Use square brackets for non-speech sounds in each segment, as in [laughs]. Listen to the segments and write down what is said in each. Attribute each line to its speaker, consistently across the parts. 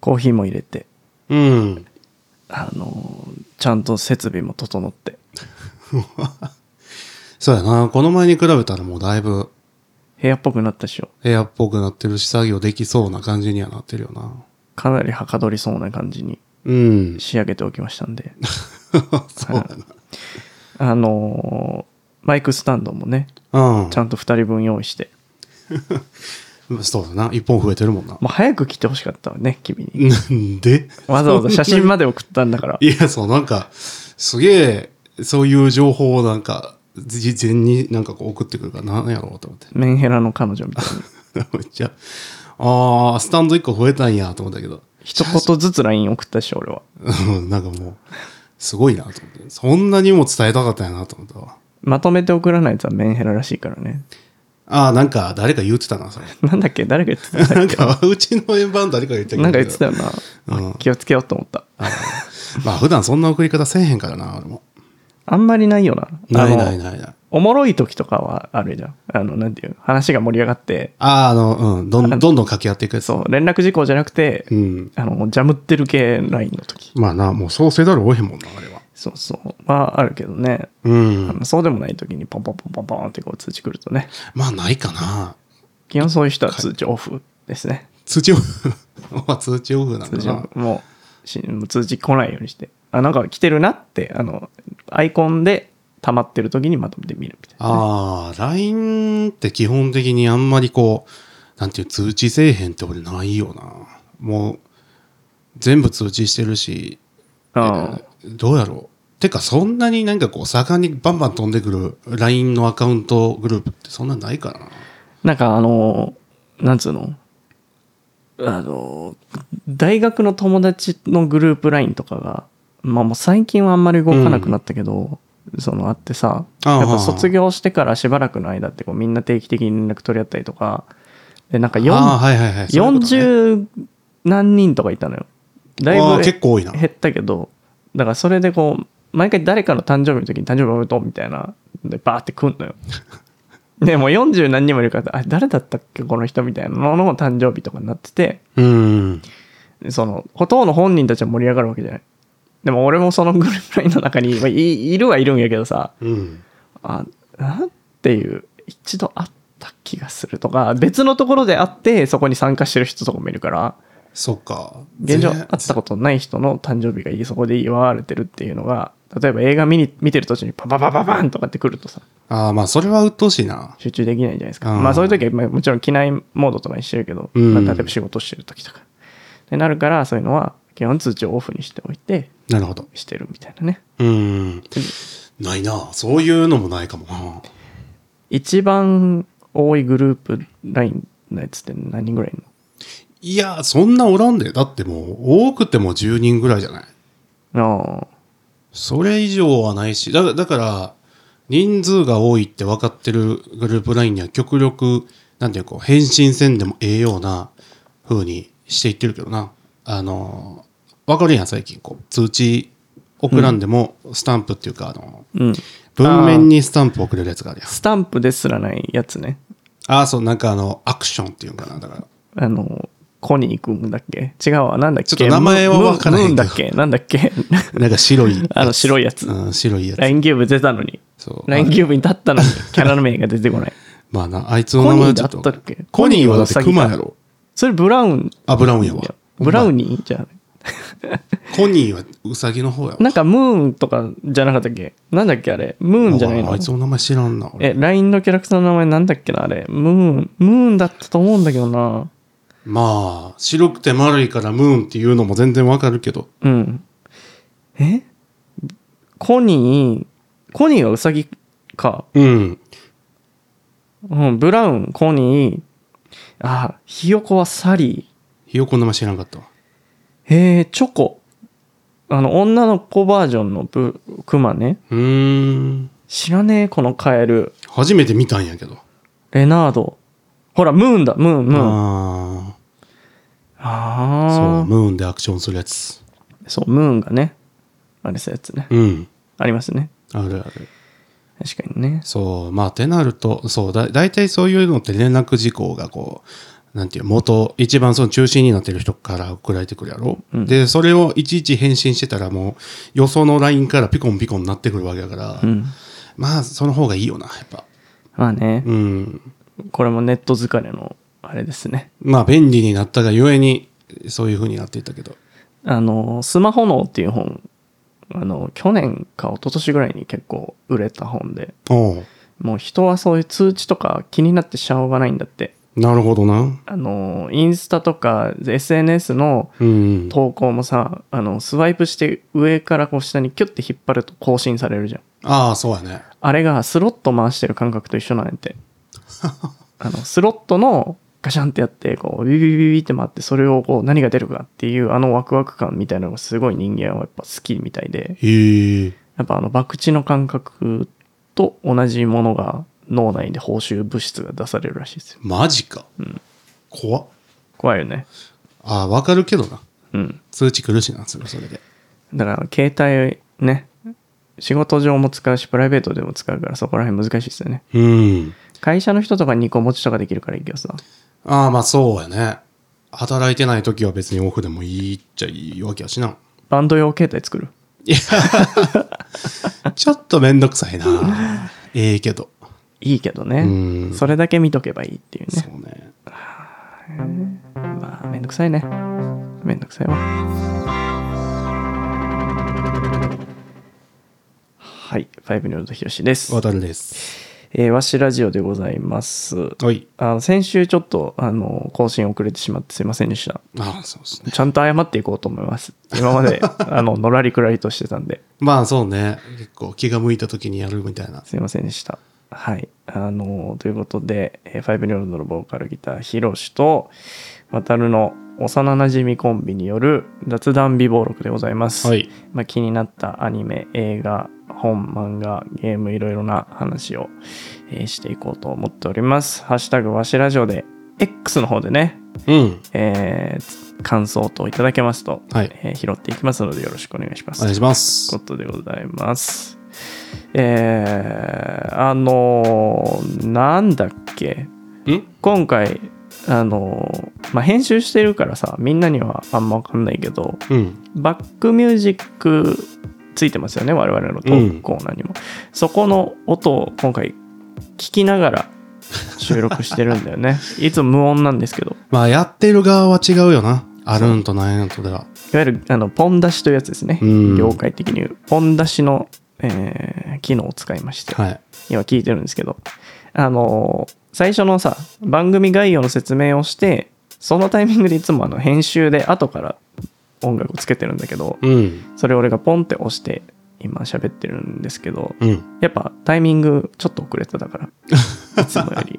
Speaker 1: コーヒーも入れて、
Speaker 2: うん。
Speaker 1: あのーちゃんと設備も整って。
Speaker 2: そうやな。この前に比べたらもうだいぶ
Speaker 1: 部屋っぽくなったっしょ。
Speaker 2: 部屋っぽくなってるし、作業できそうな感じにはなってるよな。
Speaker 1: かなりはかどりそうな感じに
Speaker 2: うん。
Speaker 1: 仕上げておきましたんで。
Speaker 2: そうや
Speaker 1: あのーマイクスタンドもね、
Speaker 2: な。
Speaker 1: ちゃんと2人分用意して。
Speaker 2: うん。そうだな。一本増えてるもんな。
Speaker 1: もう早く来てほしかったわね、君に。
Speaker 2: なんで
Speaker 1: わざわざ写真
Speaker 2: ま
Speaker 1: まで送ったんだから。
Speaker 2: いや、そう、なんか、すげえ、そういう情報をなんか、事前になんかこう送ってくるから、なんやろうと思って。
Speaker 1: メンヘラの彼女みたいに。
Speaker 2: めっちゃ、あー、スタンド一個増えたんや、と思ったけど。 [laughs]
Speaker 1: 一言ずつ LINE 送ったでしょ、俺は。
Speaker 2: うんなんかもう、すごいな、と思って。そんなにも伝えたかったんやな、と思ったわ。
Speaker 1: まとめて送らないやつはメンヘラらしいからね。
Speaker 2: あー、なんか、誰か言ってたな、そ
Speaker 1: [laughs]
Speaker 2: れ。
Speaker 1: なんだっけ誰が言ってたんだっけ
Speaker 2: なんか、うちの円盤誰か言って
Speaker 1: なんか言ってたよな。
Speaker 2: うん
Speaker 1: 気をつけようと思った。
Speaker 2: まあ、普段そんな送り方せえへんからな、俺も。
Speaker 1: あんまりないよな。
Speaker 2: な
Speaker 1: あ
Speaker 2: い
Speaker 1: の
Speaker 2: ないないない。
Speaker 1: おもろい時とかはあるじゃん。あの、なんていうの話が盛り上がって、
Speaker 2: あー、あの、うん、どんどんどん掛け合っていくやつ。
Speaker 1: そう、連絡事項じゃなくて、
Speaker 2: うん。
Speaker 1: あの、ジャムってる系ラインの時。
Speaker 2: まあな、もう創世だろ、おへんもんな、あれは。
Speaker 1: そうそう。はあるけどね。
Speaker 2: うん。
Speaker 1: あのそうでもない時にポンポンポンポンポンってこう通知来るとね。
Speaker 2: まあないかな。
Speaker 1: 基本そういう人は通知オフですね。
Speaker 2: 通知オフ。 [laughs] まあ通知オフなん
Speaker 1: 通知
Speaker 2: だ
Speaker 1: オ
Speaker 2: な
Speaker 1: フ。もうし、もう通知来ないようにして。あ、なんか来てるなって、あの、アイコンで溜まってる時にまとめて見るみたいな。
Speaker 2: ああ、LINE って基本的にあんまりこう、なんていう通知せえへんって俺ないよな。もう、全部通知してるし、
Speaker 1: うん。
Speaker 2: どうやろう。てかそんなになんかこう盛んにバンバン飛んでくる LINE のアカウントグループってそんなないかな。
Speaker 1: なんかあの、なんつうのあの、大学の友達のグループ LINE とかが、まあもう最近はあんまり動かなくなったけど、そのあってさ、
Speaker 2: ああ
Speaker 1: やっぱ卒業してからしばらくの間ってこうみんな定期的に連絡取り合ったりとか、でなんかよん
Speaker 2: ああ、はいはいはい。そういうことね
Speaker 1: 40何人とかいたのよ。だい
Speaker 2: ああ
Speaker 1: ぶ
Speaker 2: 結構多いな。
Speaker 1: 減ったけど、だからそれでこう、毎回誰かの誕生日の時に誕生日おめでとうみたいな、で、バーって来んのよ。でもう40何人もいるから、あ、誰だったっけこの人みたいなのの誕生日とかになってて、
Speaker 2: うん。
Speaker 1: その、ほとんど本人たちは盛り上がるわけじゃない。でも俺もそのグループラインの中に、まあいいるはいるんやけどさ、
Speaker 2: うん。
Speaker 1: あ、なんていう、一度会った気がするとか、別のところで会って、そこに参加してる人とかもいるから、
Speaker 2: そっか。
Speaker 1: 現状
Speaker 2: ぜ
Speaker 1: 会ったことない人の誕生日がいいそこで祝われてるっていうのが例えば映画見に見てる途中にパパパパパンとかってくるとさ
Speaker 2: ああ、まあそれは鬱陶しいな。
Speaker 1: 集中できないじゃないですか
Speaker 2: うん
Speaker 1: まあそういう時はまあもちろん機内モードとかにしてるけど、
Speaker 2: うん
Speaker 1: まあ例えば仕事してる時とかってなるからそういうのは基本通知をオフにしておいて
Speaker 2: なるほど。
Speaker 1: してるみたいなね
Speaker 2: うん。ないな。そういうのもないかもな。
Speaker 1: 一番多いグループ LINE のやつって何人ぐらいいるの
Speaker 2: いや、そんなおらんで。だってもう、多くても10人ぐらいじゃない。
Speaker 1: あ
Speaker 2: それ以上はないし、だからだから、人数が多いって分かってるグループラインには極力、なんていうか、返信せんでもええような風にしていってるけどな。あの、分かるやん、最近。こう、通知送らんでも、スタンプっていうか、あの、
Speaker 1: ーうん
Speaker 2: 文面にスタンプ送れるやつがあるやん。
Speaker 1: スタンプですらないやつね
Speaker 2: ああ、そう、なんかあの、アクションっていうんかな。だから、
Speaker 1: あのコニーくんだっけ違うわなんだっけ
Speaker 2: ちょっと名前は分からへんけ
Speaker 1: ム
Speaker 2: ど
Speaker 1: ーンだっけなんだっ
Speaker 2: [laughs]
Speaker 1: け。
Speaker 2: なんか白い
Speaker 1: [laughs] あの白いやつ
Speaker 2: うん、白いやつ。
Speaker 1: ラインキューブ出たのに。
Speaker 2: そう。
Speaker 1: ラインキューブに立ったの
Speaker 2: [laughs]
Speaker 1: に、キャラの名が出てこない。
Speaker 2: まあな、あいつの名前はちょっと。
Speaker 1: コニーだったっけ
Speaker 2: コニーはだって
Speaker 1: コニー
Speaker 2: ク
Speaker 1: はウサギ
Speaker 2: マ
Speaker 1: か
Speaker 2: やろ。
Speaker 1: それブラウン。
Speaker 2: あ、ブラウンやわ。
Speaker 1: ブラウニーじゃん。
Speaker 2: コニーはウサギの方やわ。
Speaker 1: なんかムーンとかじゃなかったっけなんだっけあれ。ムーンじゃない
Speaker 2: ああ
Speaker 1: の
Speaker 2: いつの名前知らんな。俺
Speaker 1: え、LINE のキャラクターの名前なんだっけなあれ。ムーン。ムーンだったと思うんだけどな。
Speaker 2: まあ、白くて丸いからムーンっていうのも全然わかるけど。
Speaker 1: うん。えコニー。コニーはウサギか。
Speaker 2: うん。
Speaker 1: うん。ブラウン、コニー。あ、ひよこはサリー。
Speaker 2: ひよこの名前知らんかったわ。
Speaker 1: へえ、チョコ。あの、女の子バージョンのブクマね。
Speaker 2: うーん。
Speaker 1: 知らねえ、このカエル。
Speaker 2: 初めて見たんやけど。
Speaker 1: レナード。ほら、ムーンだ、ムーン、ムーン。あ
Speaker 2: ああ。そ
Speaker 1: あ
Speaker 2: う、。ムーンでアクションするやつ。
Speaker 1: そう、ムーンがね。あれしたやつね。
Speaker 2: うん。
Speaker 1: ありますね。
Speaker 2: あるある。
Speaker 1: 確かにね。
Speaker 2: そう、まあ、てなると、そう、だ、大体そういうのって連絡事項がこう、なんていう、元、一番その中心になってる人から送られてくるやろ、
Speaker 1: うん
Speaker 2: で、それをいちいち返信してたらもう、よそのラインからピコンピコンなってくるわけだから、
Speaker 1: うん。
Speaker 2: まあ、その方がいいよな、やっぱ。
Speaker 1: まあね、
Speaker 2: うん。
Speaker 1: これもネット疲れのあれですね。
Speaker 2: まあ、便利になったがゆえに、そういう風になっていったけど。
Speaker 1: あの、スマホ脳っていう本、あの、去年か一昨年ぐらいに結構売れた本で、
Speaker 2: おう
Speaker 1: もう人はそういう通知とか気になってしょうがないんだって。
Speaker 2: なるほどな。
Speaker 1: あの、インスタとか SNS の
Speaker 2: うん。
Speaker 1: 投稿もさ、あの、スワイプして上からこう下にキュッて引っ張ると更新されるじゃん。
Speaker 2: ああ、そうやね。
Speaker 1: あれがスロット回してる感覚と一緒なんやて。あの、スロットのガシャンってやって、こう、ビビビビビって回って、それをこう、何が出るかっていう、あのワクワク感みたいなのがすごい人間はやっぱ好きみたいで、
Speaker 2: へえ。
Speaker 1: やっぱあの、博打の感覚と同じものが脳内で報酬物質が出されるらしいですよ。
Speaker 2: マジか。怖っ。
Speaker 1: 怖いよね。
Speaker 2: ああ、わかるけどな。
Speaker 1: うん。
Speaker 2: 通知来るしな、それはそれで。
Speaker 1: だから、携帯ね、仕事上も使うし、プライベートでも使うから、そこら辺難しいですよね。
Speaker 2: うん。
Speaker 1: 会社の人とか2個持ちとかできるからいいけどさ。
Speaker 2: ああ、まあそうやね。働いてない時は別にオフでもいいっちゃいいわけやし [laughs] な。
Speaker 1: バンド用携帯作る
Speaker 2: ちょっとめんどくさい [laughs] な。ええけど。
Speaker 1: いいけど
Speaker 2: う
Speaker 1: ね。
Speaker 2: ん。
Speaker 1: それだけ見とけばいいっていう
Speaker 2: そ
Speaker 1: ね。
Speaker 2: うね。
Speaker 1: まあ、めんどくさいね。めんどくさいわ。はい。ファイブニョルドヒロシです。
Speaker 2: 渡るです。
Speaker 1: えー、わしラジオでございます。
Speaker 2: はい。
Speaker 1: あの先週ちょっと、あの、更新遅れてしまってすいませんでした。
Speaker 2: ああ、そうですね。
Speaker 1: ちゃんと謝っていこうと思います。今まで、 [laughs] あの、のらりくらりとしてたんで、
Speaker 2: まあそうね。結構気が向いた時にやるみたいな。
Speaker 1: すいませんでした。はい。あの、ということで、えーファイブニョルドのボーカルギター、ヒロシと、ワタルの幼馴染みコンビによる雑談美貌録でございます。
Speaker 2: はい。
Speaker 1: まあ、気になったアニメ、映画、本、漫画、ゲーム、いろいろな話を、えーしていこうと思っております。ハッシュタグわしラジオで、X の方でね、
Speaker 2: うん。
Speaker 1: えー感想等いただけますと、
Speaker 2: はい。
Speaker 1: えー拾っていきますのでよろしくお願いします。
Speaker 2: お願いします
Speaker 1: という。ことでございます。えーあのーなんだっけ
Speaker 2: ん
Speaker 1: 今回あのーまあ編集してるからさみんなにはあんま分かんないけど
Speaker 2: うん。
Speaker 1: バックミュージックついてますよね我々のトークコーナーにも、そこの音を今回聞きながら収録してるんだよ
Speaker 2: [laughs]
Speaker 1: ねいつも無音なんですけどい
Speaker 2: まあやってる側は違うよな。あるんとないのとでは。
Speaker 1: わゆるあのポン出しというやつですね、
Speaker 2: うん
Speaker 1: 業界的に言うポン出しの、えー機能を使いまして、
Speaker 2: はい。
Speaker 1: 今聞いてるんですけど、あのー最初のさ、番組概要の説明をして、そのタイミングでいつもあの編集で後から音楽をつけてるんだけど、
Speaker 2: うん。
Speaker 1: それ俺がポンって押して今喋ってるんですけど、
Speaker 2: うん。
Speaker 1: やっぱタイミングちょっと遅れてたから、いつもよ [laughs] り。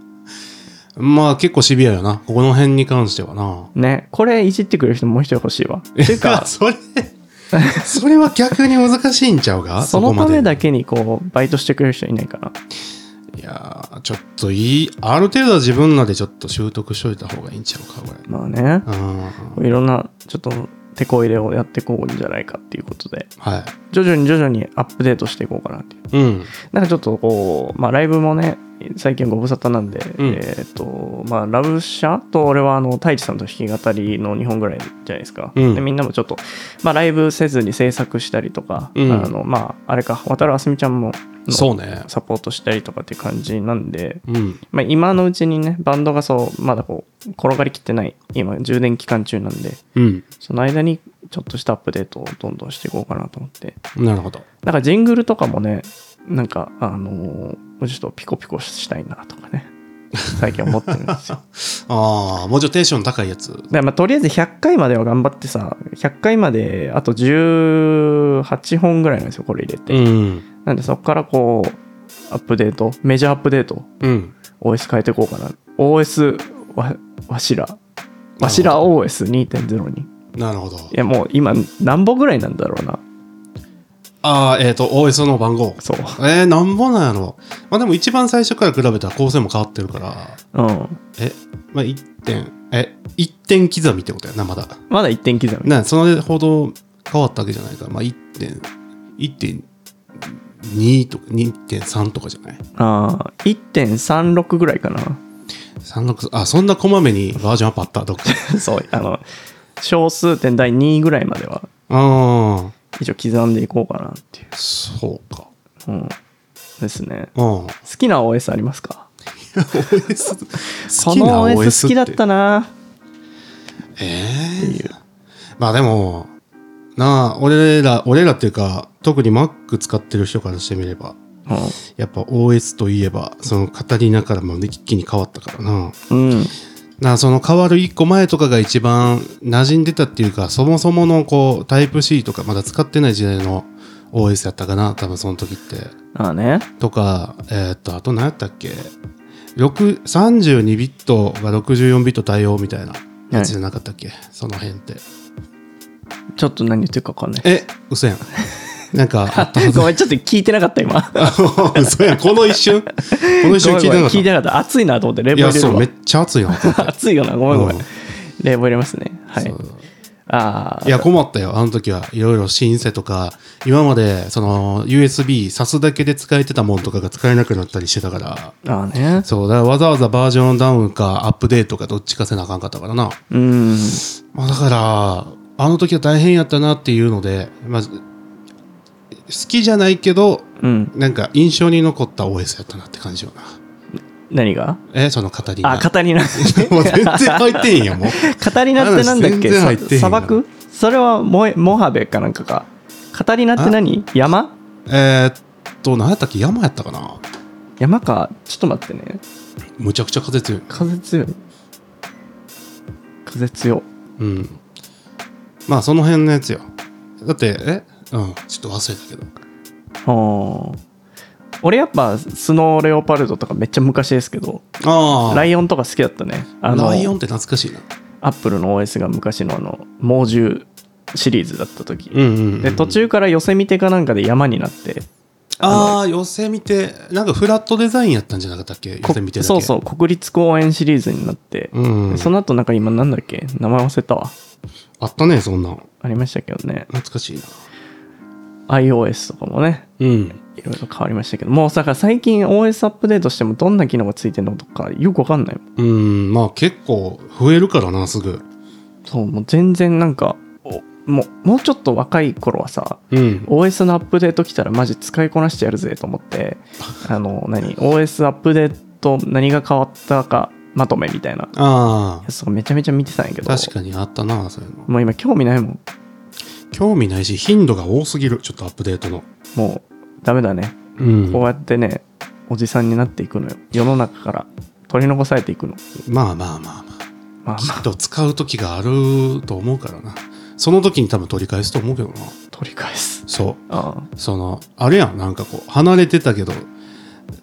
Speaker 2: まあ結構シビアよな。ここの辺に関してはな。
Speaker 1: ね、これいじってくれる人もう一人欲しいわ。ていうか、
Speaker 2: それ、それは逆に難しいんちゃう
Speaker 1: [laughs]
Speaker 2: か
Speaker 1: そのためだ
Speaker 2: け。
Speaker 1: けにこう、バイトしてくれる人いないかな。
Speaker 2: いやーちょっといい、ある程度は自分らでちょっと習得しといた方がいいんちゃうか、これ。
Speaker 1: まあね、
Speaker 2: うん。
Speaker 1: いろんなちょっと手こ入れをやっていこうんじゃないかっていうことで、
Speaker 2: は
Speaker 1: 徐々に徐々にアップデートしていこうかなっていう。
Speaker 2: い。うん。
Speaker 1: なんかちょっとこう、まあ、ライブもね、最近ご無沙汰なんで、
Speaker 2: うん
Speaker 1: えーっ、と、まあ、ラブシャと俺は、あの、太一さんと弾き語りの2本ぐらいじゃないですか。
Speaker 2: うん
Speaker 1: で、みんなもちょっと、まあ、ライブせずに制作したりとか、
Speaker 2: うん
Speaker 1: あの、まあ、あれか、渡るあすみちゃんも、
Speaker 2: そうね。
Speaker 1: サポートしたりとかっていう感じなんで、
Speaker 2: うん。
Speaker 1: まあ、今のうちにね、バンドがそう、まだこう、転がりきってない、今、充電期間中なんで、
Speaker 2: うん。
Speaker 1: その間に、ちょっとしたアップデートをどんどんしていこうかなと思って。
Speaker 2: なるほど。
Speaker 1: なんかジングルとかもね、なんか、あのーもうちょっとピコピコしたいなとかね、最近思ってるんですよ。
Speaker 2: ああ、もうちょっとテンション高いやつ。
Speaker 1: だからまあとりあえず100回までは頑張ってさ、100回まであと18本ぐらいなんですよ、これ入れて。
Speaker 2: うん。
Speaker 1: なんでそこからこう、アップデート、メジャーアップデート、
Speaker 2: うん。
Speaker 1: OS 変えていこうかな。OS わ、わしら、わしら OS2.0 に。
Speaker 2: なるほど。
Speaker 1: いやもう今何本ぐらいなんだろうな。
Speaker 2: ああ、えっ、と、OS の番号。
Speaker 1: そう。
Speaker 2: えー、なんぼなんやろ。まあでも一番最初から比べたら構成も変わってるから、
Speaker 1: うん。
Speaker 2: え、まあ1点、え、1点刻みってことやな、まだ。
Speaker 1: まだ1点刻み。
Speaker 2: なそれほど変わったわけじゃないから、まあ、1.2とか2.3とかじゃない
Speaker 1: ああ、1.36ぐらいかな。
Speaker 2: 36あ、そんなこまめにバージョンアップあった、どっか。 [laughs]
Speaker 1: そう、あの、小数点第2位ぐらいまでは、
Speaker 2: あ
Speaker 1: 一応刻んでいこうかなっていう
Speaker 2: あ、そうか。。
Speaker 1: うん。ですね。
Speaker 2: うん。
Speaker 1: [laughs] 好きな OS ありますか
Speaker 2: OS、
Speaker 1: この OS 好きだったな。
Speaker 2: ええまあでも、なあ、俺ら、俺らっていうか、特に Mac 使ってる人からしてみれば、
Speaker 1: う
Speaker 2: やっぱ OS といえば、そのカタリナからもね、一気に変わったからな。
Speaker 1: ん。うん。
Speaker 2: なあ、その変わる一個前とかが一番馴染んでたっていうか、そもそものこう、タイプ C とか、まだ使ってない時代の OS やったかな、多分その時って。
Speaker 1: ああね。
Speaker 2: とか、えーっと、あと何やったっけ6 32ビットが64ビット対応みたいなやつじゃなかったっけ、その辺って。
Speaker 1: ちょっと何言ってるか分かんない。
Speaker 2: [laughs] え、嘘やん。なんか、
Speaker 1: [laughs]
Speaker 2: あったはず
Speaker 1: ごめん、ちょっと聞いてなかった、今。
Speaker 2: あ嘘やん。この一瞬この一瞬聞
Speaker 1: ご
Speaker 2: いてなか
Speaker 1: めんごめん
Speaker 2: った。
Speaker 1: 聞い
Speaker 2: い
Speaker 1: てなかった。熱いなと思って、冷房
Speaker 2: や、
Speaker 1: 入れ
Speaker 2: そ
Speaker 1: る
Speaker 2: う、
Speaker 1: わ
Speaker 2: めっちゃ熱いな。と思って
Speaker 1: 熱いよな、ごめんごめん
Speaker 2: うん。
Speaker 1: 冷房入れますね。はい
Speaker 2: そ。う
Speaker 1: ああ。
Speaker 2: いや、困ったよ。あの時はいろいろシンセとか、今まで、その、USB 挿すだけで使えてたもんとかが使えなくなったりしてたから。
Speaker 1: ああね。
Speaker 2: そう、だからわざわざバージョンダウンかアップデートかどっちかせなあかんかったからな。
Speaker 1: うん。
Speaker 2: まあ、だから、あの時は大変やったなっていうので、まあ、好きじゃないけど、
Speaker 1: うん。
Speaker 2: なんか印象に残った OS やったなって感じよな。
Speaker 1: 何が
Speaker 2: え、その語り
Speaker 1: あ、カタリナ。
Speaker 2: [laughs] もう全然入ってんやん、もう。
Speaker 1: カタリナってなんだっ
Speaker 2: 話全
Speaker 1: け
Speaker 2: 然入ってへん
Speaker 1: さ砂
Speaker 2: やん
Speaker 1: 漠それはモエモハベかなんかか。カタリナって何山
Speaker 2: えー、っと、何やったっけ山やったかな
Speaker 1: 山か。ちょっと待ってね。
Speaker 2: むちゃくちゃ風強い。
Speaker 1: 風強い。風強。
Speaker 2: うん。まあ、その辺のやつよ。だって、えうん、ちょっと忘れたけど。
Speaker 1: はあ。俺やっぱスノーレオパルドとかめっちゃ昔ですけど、
Speaker 2: ああ。
Speaker 1: ライオンとか好きだったね。あの
Speaker 2: ライオンって懐かしいな。
Speaker 1: アップルの OS が昔のあの猛獣シリーズだった時、
Speaker 2: うんうん、うん。
Speaker 1: で途中から寄せ見てかなんかで山になって
Speaker 2: ああ、寄せ見て、なんかフラットデザインやったんじゃなかったっけ寄
Speaker 1: こ
Speaker 2: せ見てだけ。
Speaker 1: そうそう国立公園シリーズになって、
Speaker 2: う。うん。
Speaker 1: その後なんか今なんだっけ名前忘れたわ
Speaker 2: あったね、そんなん。
Speaker 1: ありましたけどね
Speaker 2: 懐かしいな。
Speaker 1: iOS とかもね
Speaker 2: うん。
Speaker 1: いろいろ変わりましたけどもうだから最近 OS アップデートしてもどんな機能がついてるのとかよくわかんないもん
Speaker 2: うん、まあ結構増えるからな、すぐ。
Speaker 1: そうもう全然なんかおもうもうちょっと若い頃はさ
Speaker 2: うん。
Speaker 1: OS のアップデート来たらマジ使いこなしてやるぜと思って、あの、何 ?OS アップデート何が変わったかまとめみたいな
Speaker 2: あ
Speaker 1: やつとかめちゃめちゃ見てたんやけ
Speaker 2: あ、
Speaker 1: ど、
Speaker 2: 確かにあったな、そういうの。
Speaker 1: もう今興味ないもん。
Speaker 2: 興味ないし、頻度が多すぎる、ちょっとアップデートの。
Speaker 1: もうダメだね。
Speaker 2: うん
Speaker 1: こうやってね、おじさんになっていくのよ。世の中から取り残されていくの。
Speaker 2: まあまあまあま
Speaker 1: まあ
Speaker 2: あ。
Speaker 1: ま
Speaker 2: き
Speaker 1: あ、
Speaker 2: っと使う時があると思うからな。その時に多分取り返すと思うけどな。
Speaker 1: 取り返す。
Speaker 2: そう。
Speaker 1: あ
Speaker 2: その、あれやん、なんかこう、離れてたけど、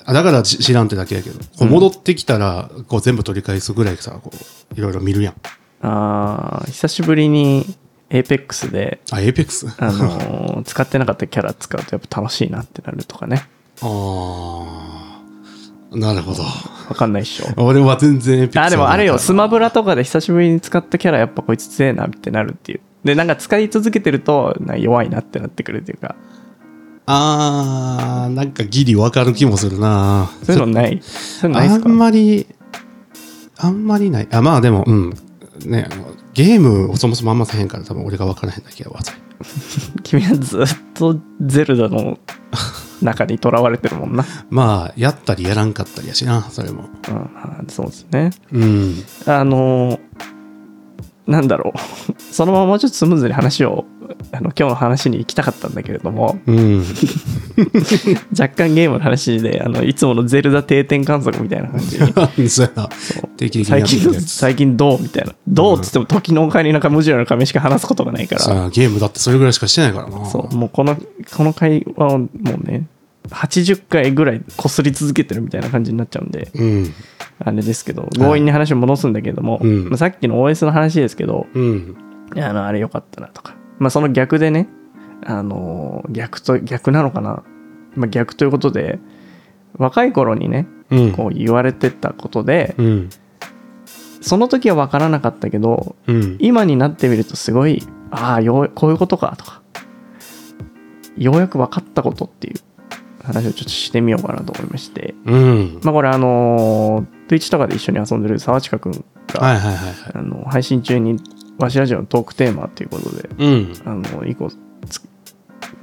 Speaker 2: あだからじ知らんってだけやけど、こう
Speaker 1: うん
Speaker 2: 戻ってきたら、こう全部取り返すぐらいさ、こう、いろいろ見るやん。
Speaker 1: ああー久しぶりに APEX で、
Speaker 2: あ、エイペックス
Speaker 1: あ
Speaker 2: あ
Speaker 1: のー
Speaker 2: [laughs]
Speaker 1: 使ってなかったキャラ使うとやっぱ楽しいなってなるとかね。
Speaker 2: あーなるほど。
Speaker 1: わかんないっし
Speaker 2: [laughs]
Speaker 1: ょ。
Speaker 2: 俺は全然エイペックス
Speaker 1: あ、でもあれよ、スマブ
Speaker 2: ラ。
Speaker 1: ラとかで久しぶりに使ったキャラやっぱこいつ強えなってなるっていう。で、なんか使い続けてると、なんか弱いなってなってくるっていうか、
Speaker 2: あー、なんかギリわかる気もするな
Speaker 1: そういうのない。そういうのないで
Speaker 2: あ
Speaker 1: すか
Speaker 2: んまり、あんまりない。あ、まあでも、うん。ね、あのゲームをそもそもあんませへんから、多分俺がわからへんだけやわ。それ
Speaker 1: 君はずっとゼルダの中に囚われてるもんな。
Speaker 2: まあ、やったりやらんかったりやしな、それも。
Speaker 1: うんあ、そうですね。
Speaker 2: うん。
Speaker 1: あのーなんだろう。 [laughs] そのままもうちょっとスムーズに話を、あの、今日の話に行きたかったんだけれども、
Speaker 2: うん。 [laughs]
Speaker 1: 若干ゲームの話で、あの、いつものゼルダ定点観測みたいな感じ
Speaker 2: [laughs]
Speaker 1: に
Speaker 2: そうやな。定期的に
Speaker 1: 最
Speaker 2: やって
Speaker 1: 近
Speaker 2: る
Speaker 1: の
Speaker 2: やつ。
Speaker 1: 最近どうみたいな。どうっつっても時のお金なんか無地の亀しか話すことがないから。
Speaker 2: さあ、ゲームだってそれぐらいしかしてないからな。
Speaker 1: そう。もうこの、この会話をもうね、80回ぐらいこすり続けてるみたいな感じになっちゃうんで、
Speaker 2: うん。
Speaker 1: あれですけど、強引に話を戻すんだけれども、
Speaker 2: うん
Speaker 1: まあ、さっきの OS の話ですけど、
Speaker 2: うん。
Speaker 1: いやあの、あれ良かったなとか。まあその逆でね、あのー、逆と、逆なのかな。まあ逆ということで、若い頃にね、
Speaker 2: うん。
Speaker 1: こう言われてたことで、
Speaker 2: うん。
Speaker 1: その時は分からなかったけど、
Speaker 2: うん。
Speaker 1: 今になってみるとすごいああようこういうことかとかようやく分かったことっていう話をちょっとしてみようかなと思いまして、
Speaker 2: うん。
Speaker 1: まあ、これあのー、Twitch とかで一緒に遊んでる沢近くんが、
Speaker 2: はいはいはいはい。
Speaker 1: あの配信中にわしラジオのトークテーマということで
Speaker 2: うん。
Speaker 1: あの一個つ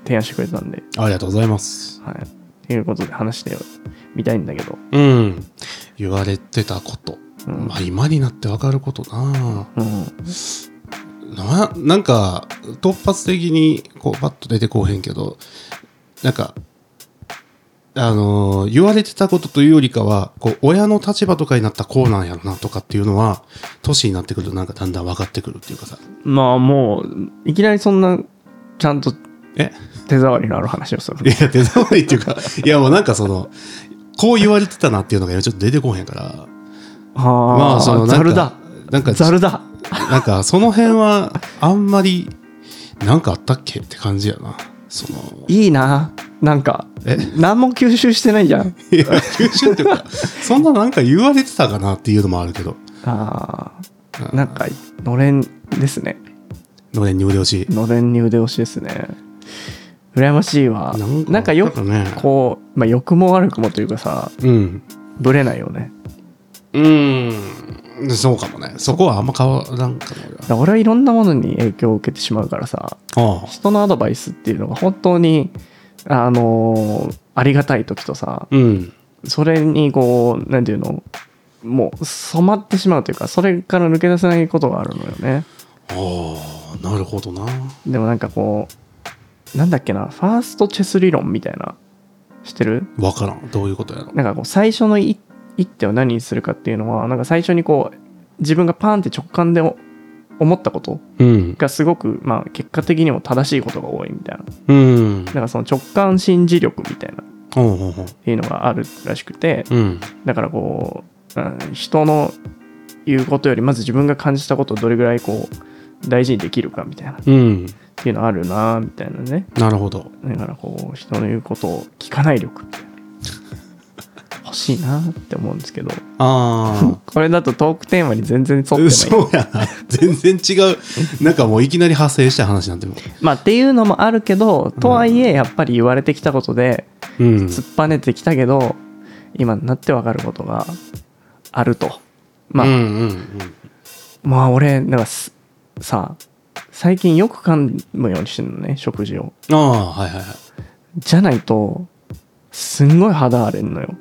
Speaker 1: 提案してくれたんで、
Speaker 2: ありがとうございます。
Speaker 1: はい、ということで話してみたいんだけど、
Speaker 2: うん。言われてたこと。
Speaker 1: うん
Speaker 2: まあ今になってわかることな
Speaker 1: うん
Speaker 2: ななんか突発的にこうパッと出てこうへんけどなんかあのー言われてたことというよりかはこう親の立場とかになったこうなんやろなとかっていうのは年になってくるとなんかだんだん分かってくるっていうかさ
Speaker 1: まあもういきなりそんなちゃんと
Speaker 2: え [laughs]
Speaker 1: 手触りのある話をする
Speaker 2: いや手触りっていうかいやもうなんかそのこう言われてたなっていうのがちょっと出てこうへんから
Speaker 1: あー
Speaker 2: まあそのなんか
Speaker 1: ざるだ
Speaker 2: なんか
Speaker 1: ざるだ
Speaker 2: なんかその辺はあんまりなんかあったっけって感じやなその
Speaker 1: いいななんか
Speaker 2: え
Speaker 1: 何も吸収してないじゃん
Speaker 2: いや、九州っていうか、そんななんか言われてたかなっていうの [laughs] もあるけど、
Speaker 1: あーなんかのれんですね
Speaker 2: のれんに腕押し。
Speaker 1: のれんに腕押しですね羨ましいわなんかよく
Speaker 2: ね、
Speaker 1: こう、まあ、欲も悪くもというかさ
Speaker 2: うん。
Speaker 1: ぶれないよね
Speaker 2: うん。そうかもね。そこはあんま変わらんかな、俺
Speaker 1: だから俺はいろんなものに影響を受けてしまうからさ
Speaker 2: は。ああ。
Speaker 1: 人のアドバイスっていうのが本当にあのーありがたい時とさ
Speaker 2: うん。
Speaker 1: それにこう何ていうのもう染まってしまうというかそれから抜け出せないことがあるのよね
Speaker 2: ああ、なるほどな。
Speaker 1: でもなんかこうなんだっけなファーストチェス理論みたいなしてる
Speaker 2: わからん。どういうことやろ。
Speaker 1: なんかこう最初のい一手を何にするかっていうのはなんか最初にこう自分がパーンって直感でお思ったこと
Speaker 2: うん。
Speaker 1: がすごくまあ結果的にも正しいことが多いみたいな
Speaker 2: うん。
Speaker 1: だからその直感信じ力みたいなっ
Speaker 2: ほうほうほう。
Speaker 1: ていうのがあるらしくて
Speaker 2: うん。
Speaker 1: だからこう、うん人の言うことよりまず自分が感じたことをどれぐらいこう大事にできるかみたいなっ
Speaker 2: うん。
Speaker 1: ていうのあるなみたいなね
Speaker 2: なるほど。
Speaker 1: だからこう人の言うことを聞かない力みたいな欲しいなって思うんですけど
Speaker 2: あ
Speaker 1: これだとトークテーマに全然沿って
Speaker 2: あ。
Speaker 1: ない
Speaker 2: そうやな。全然違う。なんかもういきなり派生した話になってる。
Speaker 1: まあっていうのもあるけどとはいえやっぱり言われてきたことで
Speaker 2: うん。
Speaker 1: 突っぱねてきたけど今になって分かることがあるとまあ、
Speaker 2: うんうんうん。
Speaker 1: まあ俺だからすさ最近よく噛むようにしてるのね食事を
Speaker 2: ああ、はいはいはい。
Speaker 1: じゃないとすんごい肌荒れんのよ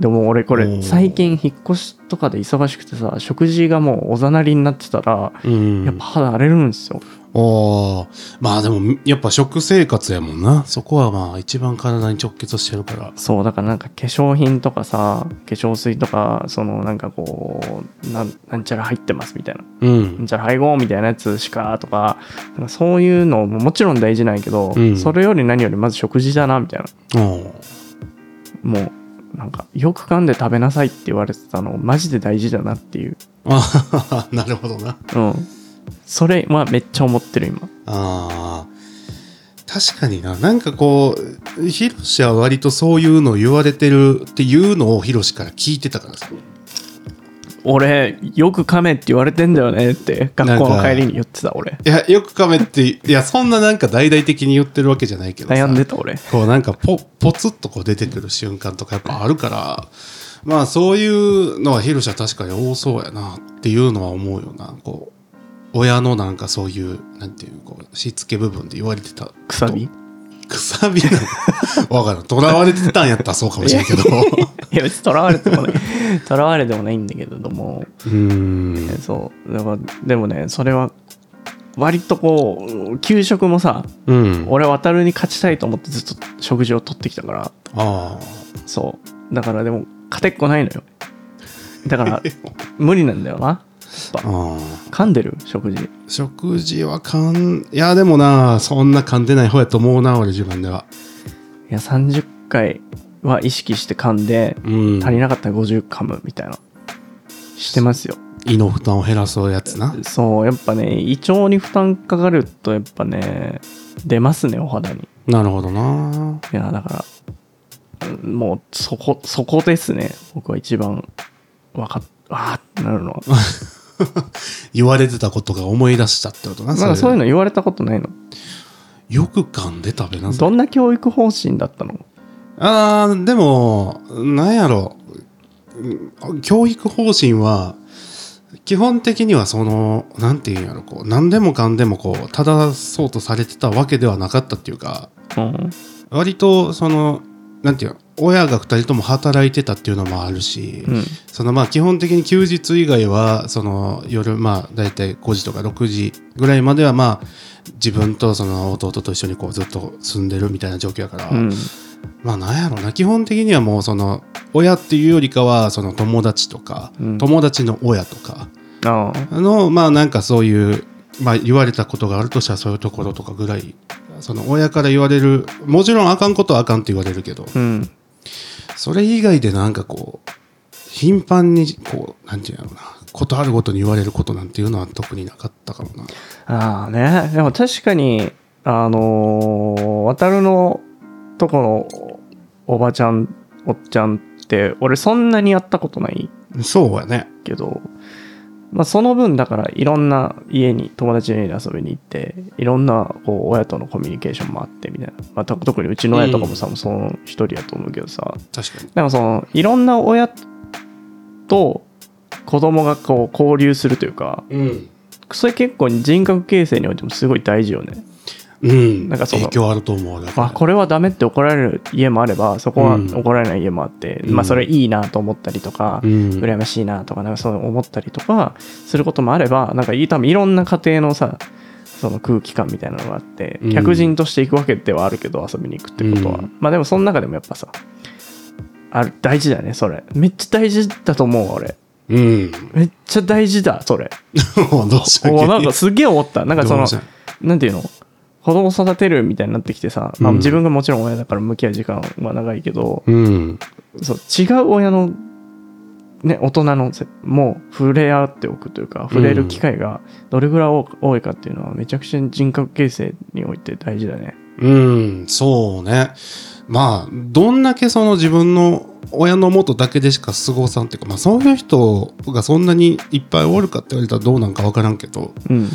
Speaker 1: でも俺こ
Speaker 2: お
Speaker 1: れ
Speaker 2: ー
Speaker 1: 最近引っ越しとかで忙しくてさ食事がもうおざなりになってたら
Speaker 2: うん、
Speaker 1: やっぱ肌荒れるんですよ、
Speaker 2: ああまあでもやっぱ食生活やもんなそこはまあ一番体に直結してるから
Speaker 1: そうだからなんか化粧品とかさ化粧水とかそのなんかこうなんなんちゃら入ってますみたいな
Speaker 2: うん
Speaker 1: じゃあ配合みたいなやつしかとかなんかそういうのももちろん大事なんやけど、
Speaker 2: うん
Speaker 1: それより何よりまず食事だなみたいな
Speaker 2: おー
Speaker 1: もうなんかよく噛んで食べなさいって言われてたのマジで大事だなっていう、
Speaker 2: あはは [laughs] なるほどな
Speaker 1: うん、それはめっちゃ思ってる今
Speaker 2: あー確かにななんかこうヒロシは割とそういうのを言われてるっていうのをヒロシから聞いてたからさ
Speaker 1: 俺よく噛めって言われてんだよねって学校
Speaker 2: な
Speaker 1: の
Speaker 2: んか
Speaker 1: 帰りに言ってた俺
Speaker 2: いやよく噛めっていやそんななんか大々的に言ってるわけじゃないけどさ
Speaker 1: 悩んでた俺
Speaker 2: こうなんかポポツッとこう出てくる瞬間とかやっぱあるからまあそういうのはヒルシは確かに多そうやなっていうのは思うよなこう親のなんかそういうなんていうこうしつけ部分で言われてた
Speaker 1: くさびい
Speaker 2: くさびなの [laughs] わからんとらわれてたんやったらそうかもしれんけど
Speaker 1: や別にとらわれても
Speaker 2: [laughs]
Speaker 1: ないとらわれてもないんだけれども
Speaker 2: うーん
Speaker 1: そうだからでもねそれは割とこう給食もさ
Speaker 2: うん
Speaker 1: 俺渡るに勝ちたいと思ってずっと食事をとってきたから
Speaker 2: ああ
Speaker 1: そうだからでも勝てっこないのよだ
Speaker 2: [laughs]
Speaker 1: から無理なんだよな
Speaker 2: ああ
Speaker 1: 噛んでる食事
Speaker 2: 食事はかんいやでもなそんな噛んでない方やと思うな俺自分ではい
Speaker 1: や30回は意識して噛んで
Speaker 2: うん
Speaker 1: 足りなかったら50噛むみたいなしてますよ
Speaker 2: 胃の負担を減らそうやつな
Speaker 1: そうやっぱね胃腸に負担かかるとやっぱね出ますねお肌に
Speaker 2: なるほどない
Speaker 1: やだからうんもうそこそこですね僕は一番分かっあーってなるのは
Speaker 2: 言われてたことが思い出したってことな
Speaker 1: なんかそういう
Speaker 2: の
Speaker 1: の言われたことないの
Speaker 2: よく噛んで食べなさ
Speaker 1: ど
Speaker 2: い
Speaker 1: んな教育方針だったの
Speaker 2: あーでもなんやろうん教育方針は基本的にはそのなんていうんやろこう何でもかんでもこう正そうとされてたわけではなかったっていうか
Speaker 1: うん
Speaker 2: 割とそのなんていうの親が2人とも働いてたっていうのもあるし、
Speaker 1: うん
Speaker 2: そのまあ基本的に休日以外はその夜まあ大体5時とか6時ぐらいまではまあ自分とその弟と一緒にこうずっと住んでるみたいな状況やから、
Speaker 1: うん
Speaker 2: まあなんやろな基本的にはもうその親っていうよりかはその友達とか、
Speaker 1: うん
Speaker 2: 友達の親とか
Speaker 1: ああ
Speaker 2: のまあなんかそういう、まあ、言われたことがあるとしたらそういうところとかぐらいその親から言われるもちろんあかんことはあかんって言われるけど
Speaker 1: うん
Speaker 2: それ以外でなんかこう頻繁にこうなんていうんやろうなことあるごとに言われることなんていうのは特になかったかもな。
Speaker 1: ああねでも確かにあのー渡るのとこのおばちゃんおっちゃんって俺そんなにやったことない
Speaker 2: そうやね。
Speaker 1: けど、まあ、その分だからいろんな家に友達の家に遊びに行っていろんなこう親とのコミュニケーションもあってみたいな、まあ、た特にうちの親とかもさ、その一人やと思うけどさ
Speaker 2: 確かに。
Speaker 1: でもそのいろんな親と子供がこう交流するというか
Speaker 2: うん。
Speaker 1: それ結構人格形成においてもすごい大事よね。
Speaker 2: うん。
Speaker 1: なんかその
Speaker 2: 影響あると思う俺
Speaker 1: あこれはダメって怒られる家もあればそこは
Speaker 2: うん
Speaker 1: 怒られない家もあって、
Speaker 2: うん
Speaker 1: まあそれいいなと思ったりとか、
Speaker 2: うん。
Speaker 1: 羨ましいなとかなんかそう思ったりとかすることもあればなんかいい多分いろんな家庭のさその空気感みたいなのがあって
Speaker 2: うん
Speaker 1: 客人として行くわけではあるけど遊びに行くってことは、
Speaker 2: うん
Speaker 1: まあでもその中でもやっぱさある大事だねそれめっちゃ大事だと思うわ俺
Speaker 2: うん。 [laughs]
Speaker 1: めっちゃ大事だそれ
Speaker 2: もうどうしたっけ
Speaker 1: おなんかすげえ思ったなんかそ
Speaker 2: ど
Speaker 1: の
Speaker 2: うした
Speaker 1: なんていうの子供育てるみたいになってきてさ、まあ、
Speaker 2: うん
Speaker 1: 自分がもちろん親だから向き合う時間は長いけど、
Speaker 2: うん。
Speaker 1: そう違う親の、ね、大人のせもう触れ合っておくというか触れる機会がどれぐらい多多いかっていうのはめちゃくちゃ人格形成において大事だね。
Speaker 2: うん、そうね。まあ、どんだけその自分の親の元だけでしか過ごさんっていうか、まあそういう人がそんなにいっぱいおるかって言われたらどうなんかわからんけど、
Speaker 1: うん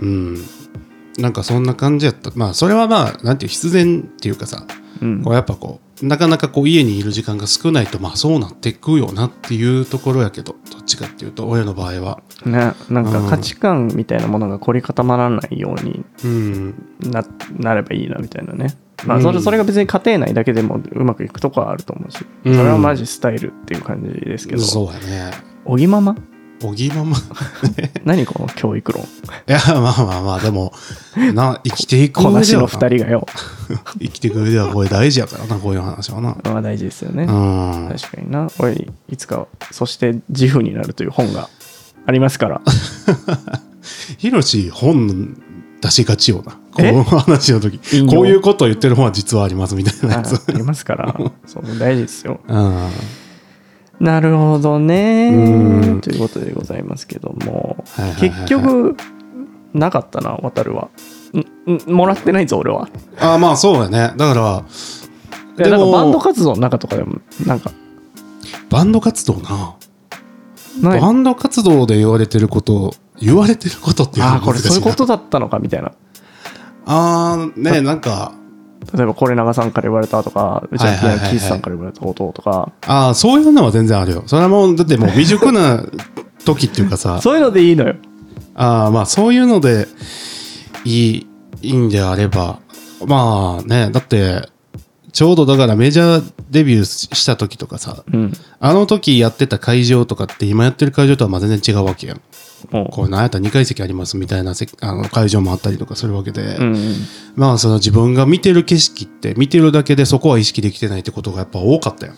Speaker 2: うん。なんかそんな感じやった。まあそれはまあ、なんていう、必然っていうかさ、
Speaker 1: うん
Speaker 2: こうやっぱこう、なかなかこう家にいる時間が少ないと、まあそうなってくよなっていうところやけど、どっちかっていうと親の場合は。
Speaker 1: ね、なんか価値観みたいなものが凝り固まらないように
Speaker 2: うん。
Speaker 1: ななればいいなみたいなね、まあ、それ
Speaker 2: うん
Speaker 1: それが別に家庭内だけでもうまくいくとこはあると思うしそ
Speaker 2: うん
Speaker 1: れはマジスタイルっていう感じですけど、
Speaker 2: そうやね。
Speaker 1: おぎまま
Speaker 2: おぎまま。 [laughs]
Speaker 1: 何この教育論
Speaker 2: いや、まあまあまあ、でも、な、生きていく
Speaker 1: こ
Speaker 2: 上
Speaker 1: なし
Speaker 2: では
Speaker 1: の
Speaker 2: な
Speaker 1: 二人がよ、
Speaker 2: 生きていく上ではこれ大事やからな、こういう話はな。
Speaker 1: まあ、大事ですよね、
Speaker 2: うん。
Speaker 1: 確かになおいいつかそして自負になるという本がありますから
Speaker 2: [laughs] ヒロシ、本出しがちよな。こ
Speaker 1: え
Speaker 2: の話の時
Speaker 1: 引。用
Speaker 2: こういうことを言ってる本は実はありますみたいな
Speaker 1: あ
Speaker 2: やつ。
Speaker 1: ありますからそう大事ですよ
Speaker 2: うん。
Speaker 1: なるほど
Speaker 2: う
Speaker 1: ね
Speaker 2: ん
Speaker 1: ということでございますけども
Speaker 2: はいはいはいはい
Speaker 1: 結局なかったな渡るはんんもらってないぞ俺は
Speaker 2: あまあそうだね。だから、
Speaker 1: いやなんかバンド活動の中とかでもなんか
Speaker 2: バンド活動な。
Speaker 1: ない
Speaker 2: バンド活動で言われてること、言われてることっていうの
Speaker 1: あ
Speaker 2: は
Speaker 1: あこれ
Speaker 2: 難しいな
Speaker 1: そういうことだったのかみたいな
Speaker 2: あーね、なんか、
Speaker 1: 例えばこれ長さんから言われたとかうちの
Speaker 2: はいはいはいはい
Speaker 1: キースさんから言われたこととか
Speaker 2: ああ、そういうのは全然あるよ。それはもう、だってもう未熟な時っていうか
Speaker 1: [laughs]
Speaker 2: さ、
Speaker 1: そういうのでいいのよ
Speaker 2: ああまあそういうのでいいいいんであればまあねだってちょうどだからメジャーデビューした時とかさ
Speaker 1: うん
Speaker 2: あの時やってた会場とかって今やってる会場とはまあ全然違うわけやん
Speaker 1: も
Speaker 2: こうなんやったら2階席ありますみたいな席あの会場もあったりとかするわけで、
Speaker 1: ううんうん
Speaker 2: まあその自分が見てる景色って見てるだけでそこは意識できてないってことがやっぱ多かったよ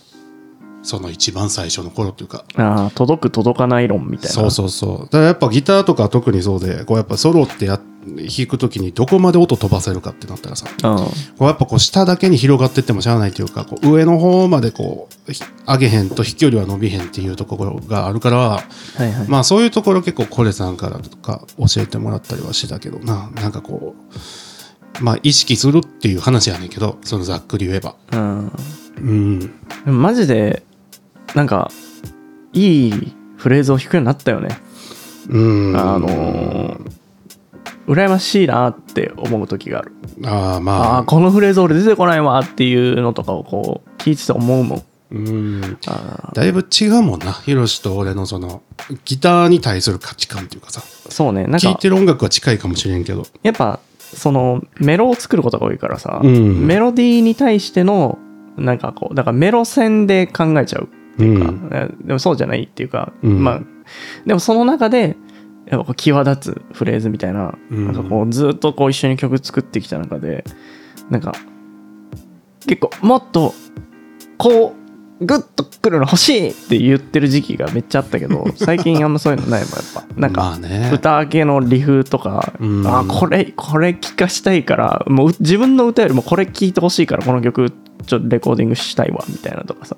Speaker 2: その一番最初の頃っていうか
Speaker 1: ああ届く届かない論みたいな
Speaker 2: そうそうそうだからやっぱギターとか特にそうでこうやっぱソロってや弾く時にどこまで音飛ばせるかってなったらさ
Speaker 1: うん
Speaker 2: こうやっぱこう下だけに広がってってもしゃあないというかこう上の方までこうひ上げへんと飛距離は伸びへんっていうところがあるから
Speaker 1: はいはい
Speaker 2: まあそういうところ結構コレさんからとか教えてもらったりはしてたけどななんかこうまあ意識するっていう話やねんけどそのざっくり言えば
Speaker 1: うん
Speaker 2: うん
Speaker 1: でもマジでなんかいいフレーズを弾くようになったよね
Speaker 2: うん
Speaker 1: あのー羨ましいなって思う時がある。
Speaker 2: ああ、
Speaker 1: ああ
Speaker 2: ま
Speaker 1: ー、
Speaker 2: あ。
Speaker 1: このフレーズ俺出てこないわっていうのとかをこう、聞いてて思うもん。
Speaker 2: うん。
Speaker 1: あ
Speaker 2: だいぶ違うもんな。ヒロシと俺のその、ギターに対する価値観っていうかさ。
Speaker 1: ーそうね。なん
Speaker 2: 聴い
Speaker 1: か、
Speaker 2: てる音楽は近いかもしれんけど。
Speaker 1: やっぱ、その、メロを作ることが多いからさ、
Speaker 2: うん
Speaker 1: メロディーに対しての、なんかこう、だからメロ線で考えちゃう。
Speaker 2: うん。
Speaker 1: えでもそうじゃないっていうか、
Speaker 2: うん
Speaker 1: まあでもその中でやっぱこう際立つフレーズみたいな,、
Speaker 2: うん
Speaker 1: なんかこうずっとこう一緒に曲作ってきた中でなんか結構もっとこうグッとくるの欲しいって言ってる時期がめっちゃあったけ
Speaker 2: [laughs]
Speaker 1: ど最近あんまそういうのないもんやっぱなん
Speaker 2: ま
Speaker 1: か
Speaker 2: あね。
Speaker 1: 歌系のリフとか、
Speaker 2: うん
Speaker 1: あこれこれ聞かしたいからもう自分の歌よりもこれ聞いてほしいからこの曲ちょっとレコーディングしたいわみたいなとかさ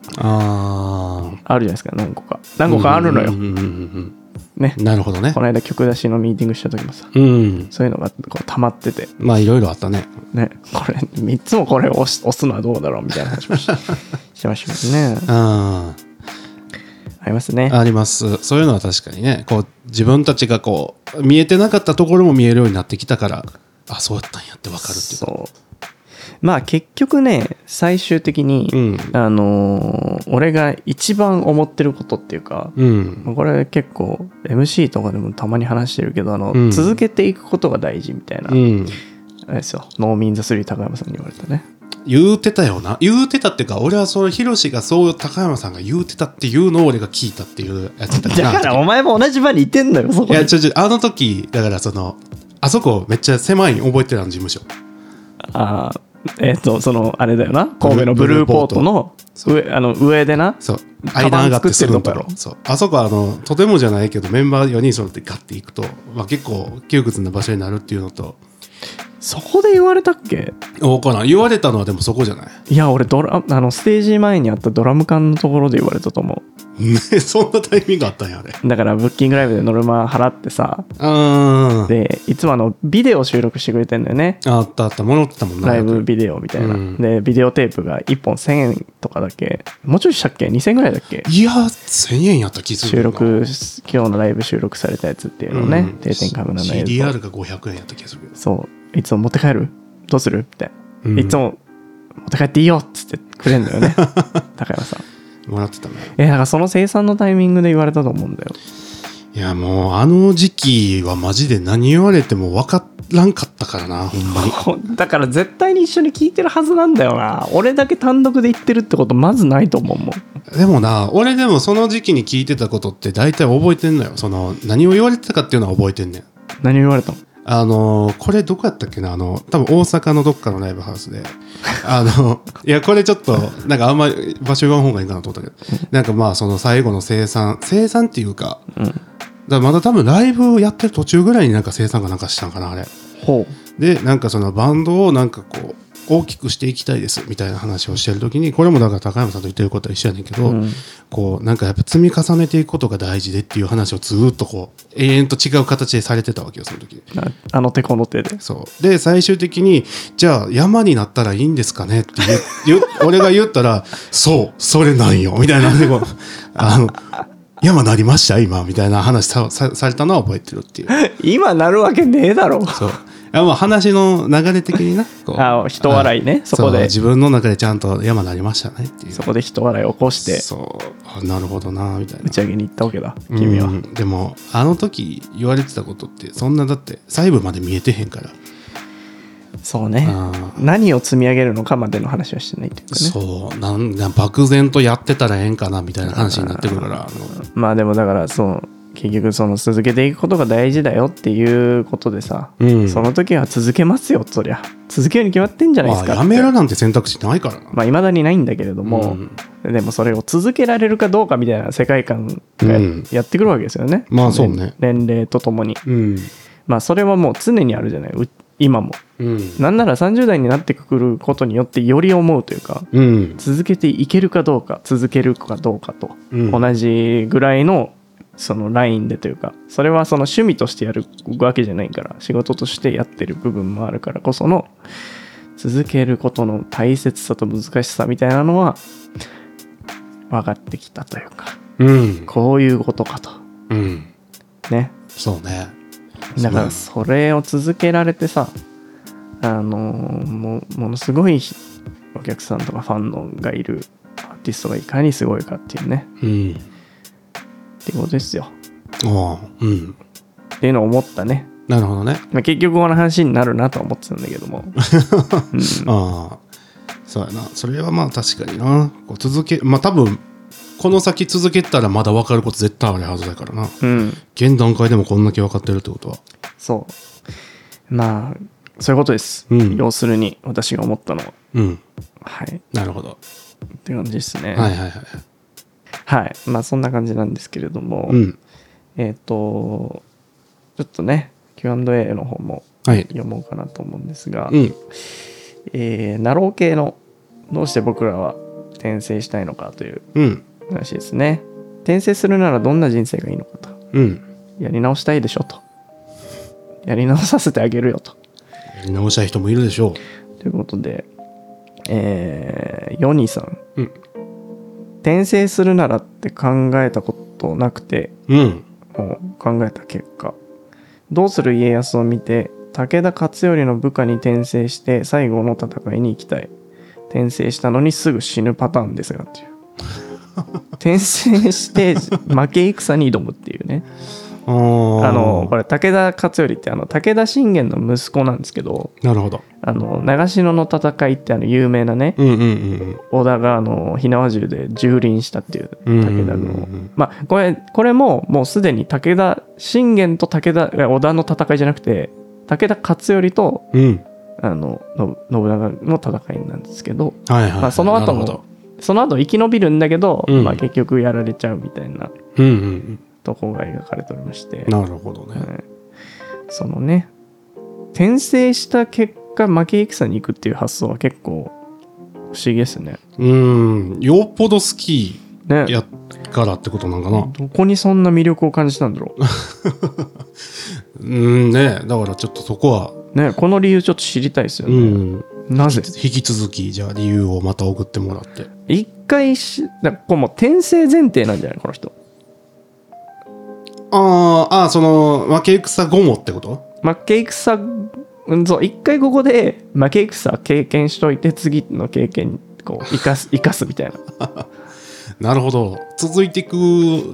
Speaker 2: ああ。
Speaker 1: あるじゃないですか何個か何個かあるのよ、
Speaker 2: うんうんうんうん
Speaker 1: ね
Speaker 2: うんなるほどね
Speaker 1: こ。の間曲出しのミーティングした時もさ
Speaker 2: うん。
Speaker 1: そういうのがこう溜まってて
Speaker 2: まあいろいろあったね。
Speaker 1: ねこれ3つもこれを押し押すのはどうだろうみたいな話も
Speaker 2: [laughs]
Speaker 1: ししてましたけどね
Speaker 2: うん。
Speaker 1: ありますね
Speaker 2: あります。そういうのは確かにね、こう、自分たちがこう、見えてなかったところも見えるようになってきたから、あ、そうだったんやってわかるっていうか。
Speaker 1: そうまあ結局ね最終的に、
Speaker 2: うん。
Speaker 1: あのー俺が一番思ってることっていうか、
Speaker 2: うん。
Speaker 1: これ結構 MC とかでもたまに話してるけどあの、
Speaker 2: うん
Speaker 1: 続けていくことが大事みたいな、
Speaker 2: うん。
Speaker 1: あれですよ農民ザスリー高山さんに言われたね
Speaker 2: 言うてたよな。言うてたっていうか、俺はそれ、ヒロシがそう、高山さんが言うてたっていうのを俺が聞いたっていうやつだった
Speaker 1: だ
Speaker 2: な。
Speaker 1: からお前も同じ場にいてんのよそこ
Speaker 2: い
Speaker 1: に
Speaker 2: や、ちょちょ、あの時、だからその、あそこめっちゃ狭い覚えてたの、事務所。
Speaker 1: ああえっ、とそのあれだよな神戸のブルーポートの
Speaker 2: そう
Speaker 1: 上あの上でな
Speaker 2: そう。
Speaker 1: カ
Speaker 2: 間
Speaker 1: バン
Speaker 2: 上が
Speaker 1: 作
Speaker 2: っ
Speaker 1: ってて
Speaker 2: す
Speaker 1: る
Speaker 2: る
Speaker 1: と
Speaker 2: ん
Speaker 1: こ
Speaker 2: と
Speaker 1: やろ
Speaker 2: そう。あそこは、あの、とてもじゃないけど、メンバー4人揃ってガッて行くと、まあ結構窮屈な場所になるっていうのと、
Speaker 1: そこで言われたっけ
Speaker 2: おかな言われたのはでもそこじゃない
Speaker 1: いや俺ドラあのステージ前にあったドラム缶のところで言われたと思
Speaker 2: ね [laughs] そんなタイミングあったんやあれ
Speaker 1: うだからブッキングライブでノルマ払ってさ
Speaker 2: あー
Speaker 1: でいつもあのビデオ収録してくれてんだよね
Speaker 2: あったあったものってたもんな
Speaker 1: ライブビデオみたいな、
Speaker 2: うん
Speaker 1: でビデオテープが1本1000円とかだっけもうちょいしたっけ2000円ぐらいだっけ
Speaker 2: いや1000円やった気す
Speaker 1: 収
Speaker 2: る
Speaker 1: 録今日のライブ収録されたやつっていうのをね、定点カメラの映像
Speaker 2: CDR が500円やった気する
Speaker 1: そう、いつも持って帰るどうするみたいな。
Speaker 2: うん
Speaker 1: いつも持って帰っていいよっつってくれんだよ [laughs] ね。高山さん。
Speaker 2: もらってたね
Speaker 1: え、だからその生産のタイミングで言われたと思うんだよ。 [laughs]
Speaker 2: いやもうあの時期はマジで何言われても分からんかったからなほんまに
Speaker 1: だから絶対に一緒に聞いてるはずなんだよな。俺だけ単独で言ってるってことまずないと思うもん。
Speaker 2: でもな俺でもその時期に聞いてたことって大体覚えてんのよその何を言われてたかっていうのは覚えてんねん
Speaker 1: 何言われたの
Speaker 2: あのーこれどこやったっけなあの、多分大阪のどっかのライブハウスで、 [laughs] あの、いや、これちょっと、なんかあんまり場所言わん方がいいかなと思ったけど、なんかまあその最後の生産、生産っていうか、だからまだ多分ライブやってる途中ぐらいになんか生産かなんかしたんかな、あれ。
Speaker 1: ほ
Speaker 2: で、なんかそのバンドをなんかこう、大きくしていきたいですみたいな話をしてるときに、これもだから高山さんと言ってることは一緒やねんけど、こう、なんかやっぱ積み重ねていくことが大事でっていう話をずーっとこう、永遠と違う形でされてたわけよ、その時
Speaker 1: う。なあの手この手で。
Speaker 2: そう。で、最終的に、じゃあ山になったらいいんですかねって言う、言う俺が言ったら、そう、それなんよ、みたいな。でこうあの、山なりました今、みたいな話ささされたのは覚えてるっていう。
Speaker 1: [laughs] 今なるわけねえだろ。
Speaker 2: そう。いやまあ話の流れ的にな。こ
Speaker 1: [laughs]
Speaker 2: う
Speaker 1: あ人笑いね
Speaker 2: あ
Speaker 1: そこで
Speaker 2: う自分の中でちゃんと山なりましたねっていう。
Speaker 1: そこで人笑い起こして
Speaker 2: そうあなるほどな、みたいな
Speaker 1: 打。ち上げに行ったわけだ。君は。
Speaker 2: うんでもあの時言われてたことってそんなだって細部まで見えてへんから
Speaker 1: そうね
Speaker 2: あ。ー
Speaker 1: 何を積み上げるのかまでの話はしてないっていうかね。
Speaker 2: そうなんなん漠然とやってたらええんかなみたいな話になってくるからあの
Speaker 1: まあでもだからそう結局その続けていくことが大事だよっていうことでさ、
Speaker 2: うん
Speaker 1: その時は続けますよそりゃ続けるに決まってんじゃないです
Speaker 2: ま
Speaker 1: か
Speaker 2: あ
Speaker 1: って
Speaker 2: やめるなんて選択肢ないからな
Speaker 1: まあいまだにないんだけれども、でもそれを続けられるかどうかみたいな世界観が
Speaker 2: うん
Speaker 1: やってくるわけですよね、
Speaker 2: まあそうね
Speaker 1: 年齢とともに
Speaker 2: うん
Speaker 1: まあそれはもう常にあるじゃないう今も
Speaker 2: うん
Speaker 1: なんなら30代になってくることによってより思うというか
Speaker 2: うん
Speaker 1: 続けていけるかどうか続けるかどうかと、
Speaker 2: うん
Speaker 1: 同じぐらいのそのラインでというかそれはその趣味としてやるわけじゃないから仕事としてやってる部分もあるからこその続けることの大切さと難しさみたいなのは分かってきたというか
Speaker 2: うん
Speaker 1: こういうことかと
Speaker 2: うん
Speaker 1: ね
Speaker 2: そうね
Speaker 1: だからそれを続けられてさあのもものすごいお客さんとかファンのがいるアーティストがいかにすごいかっていうね
Speaker 2: うん。
Speaker 1: ってことですよ
Speaker 2: ああ、うん。
Speaker 1: っていうのを思ったね、
Speaker 2: なるほどね。
Speaker 1: まあ、結局この話になるなとは思ってたんだけど
Speaker 2: [laughs]
Speaker 1: も、うん
Speaker 2: ああ、そうやな。それはまあ確かにな。こう続け、まあ多分、この先続けたらまだ分かること絶対あるはずだからな。
Speaker 1: うん、
Speaker 2: 現段階でもこんだけ分かってるってことは。
Speaker 1: そうまあそういうことです、
Speaker 2: うん
Speaker 1: 要するに私が思ったのは
Speaker 2: うん。
Speaker 1: はい
Speaker 2: なるほど。
Speaker 1: って感じですね
Speaker 2: はいはいはい。
Speaker 1: はいまあそんな感じなんですけれども、
Speaker 2: うん。
Speaker 1: えっ、とちょっとね Q&A の方も
Speaker 2: はい。
Speaker 1: 読もうかなと思うんですが、
Speaker 2: うん。
Speaker 1: えー、ナロー系のどうして僕らは転生したいのかという
Speaker 2: うん。
Speaker 1: 話ですね転生するならどんな人生がいいのかと
Speaker 2: うん。
Speaker 1: やり直したいでしょとやり直させてあげるよと
Speaker 2: やり直したい人もいるでしょ
Speaker 1: ということでえー、ヨニさん
Speaker 2: う。うん。
Speaker 1: 転生するならって考えたことなくて
Speaker 2: うん。
Speaker 1: を考えた結果どうする家康を見て武田勝頼の部下に転生して最後の戦いに行きたい転生したのにすぐ死ぬパターンですがっていう転生して負け戦に挑むっていうね
Speaker 2: あ
Speaker 1: あ
Speaker 2: あ
Speaker 1: のこれ武田勝頼ってあの武田信玄の息子なんですけど
Speaker 2: なるほど。
Speaker 1: あの長篠の戦いってあの有名なね
Speaker 2: うんうんうん
Speaker 1: 織田があの火縄銃で蹂躙したっていう
Speaker 2: うん。うんうん
Speaker 1: 武田
Speaker 2: うんう
Speaker 1: 軍を
Speaker 2: ん
Speaker 1: まあこれこれももうすでに武田信玄と武田え織田の戦いじゃなくて武田勝頼と
Speaker 2: うん。
Speaker 1: あのの信長の戦いなんですけど
Speaker 2: はいはいはい。
Speaker 1: まあその後も
Speaker 2: なるほど
Speaker 1: その後生き延びるんだけど、
Speaker 2: うん
Speaker 1: まあ、結局やられちゃうみたいな
Speaker 2: うんうん
Speaker 1: とこが描かれておりまして
Speaker 2: うん。、なるほどね。
Speaker 1: はいそのね転生した結果負け戦に行くっていう発想は結構不思議ですね。
Speaker 2: うん。よっぽど好き
Speaker 1: ね
Speaker 2: やっからってことなんかな。
Speaker 1: どこにそんな魅力を感じたんだろ
Speaker 2: [laughs] うんね。だからちょっとそこは、
Speaker 1: う、ね、この理由ちょっと知りたいですよ
Speaker 2: う
Speaker 1: ね。
Speaker 2: ん。
Speaker 1: なぜ
Speaker 2: 引き続き、じゃあ理由をまた送ってもらって。
Speaker 1: 一回し、だからこれもう転生前提なんじゃないこの人。
Speaker 2: ああ、ああ、その、負け戦後もってこと
Speaker 1: 負け戦、うん、そう、一回ここで負け戦経験しといて、次の経験、こう、生か
Speaker 2: [laughs]
Speaker 1: す、生かすみたいな。
Speaker 2: なるほど。続いていく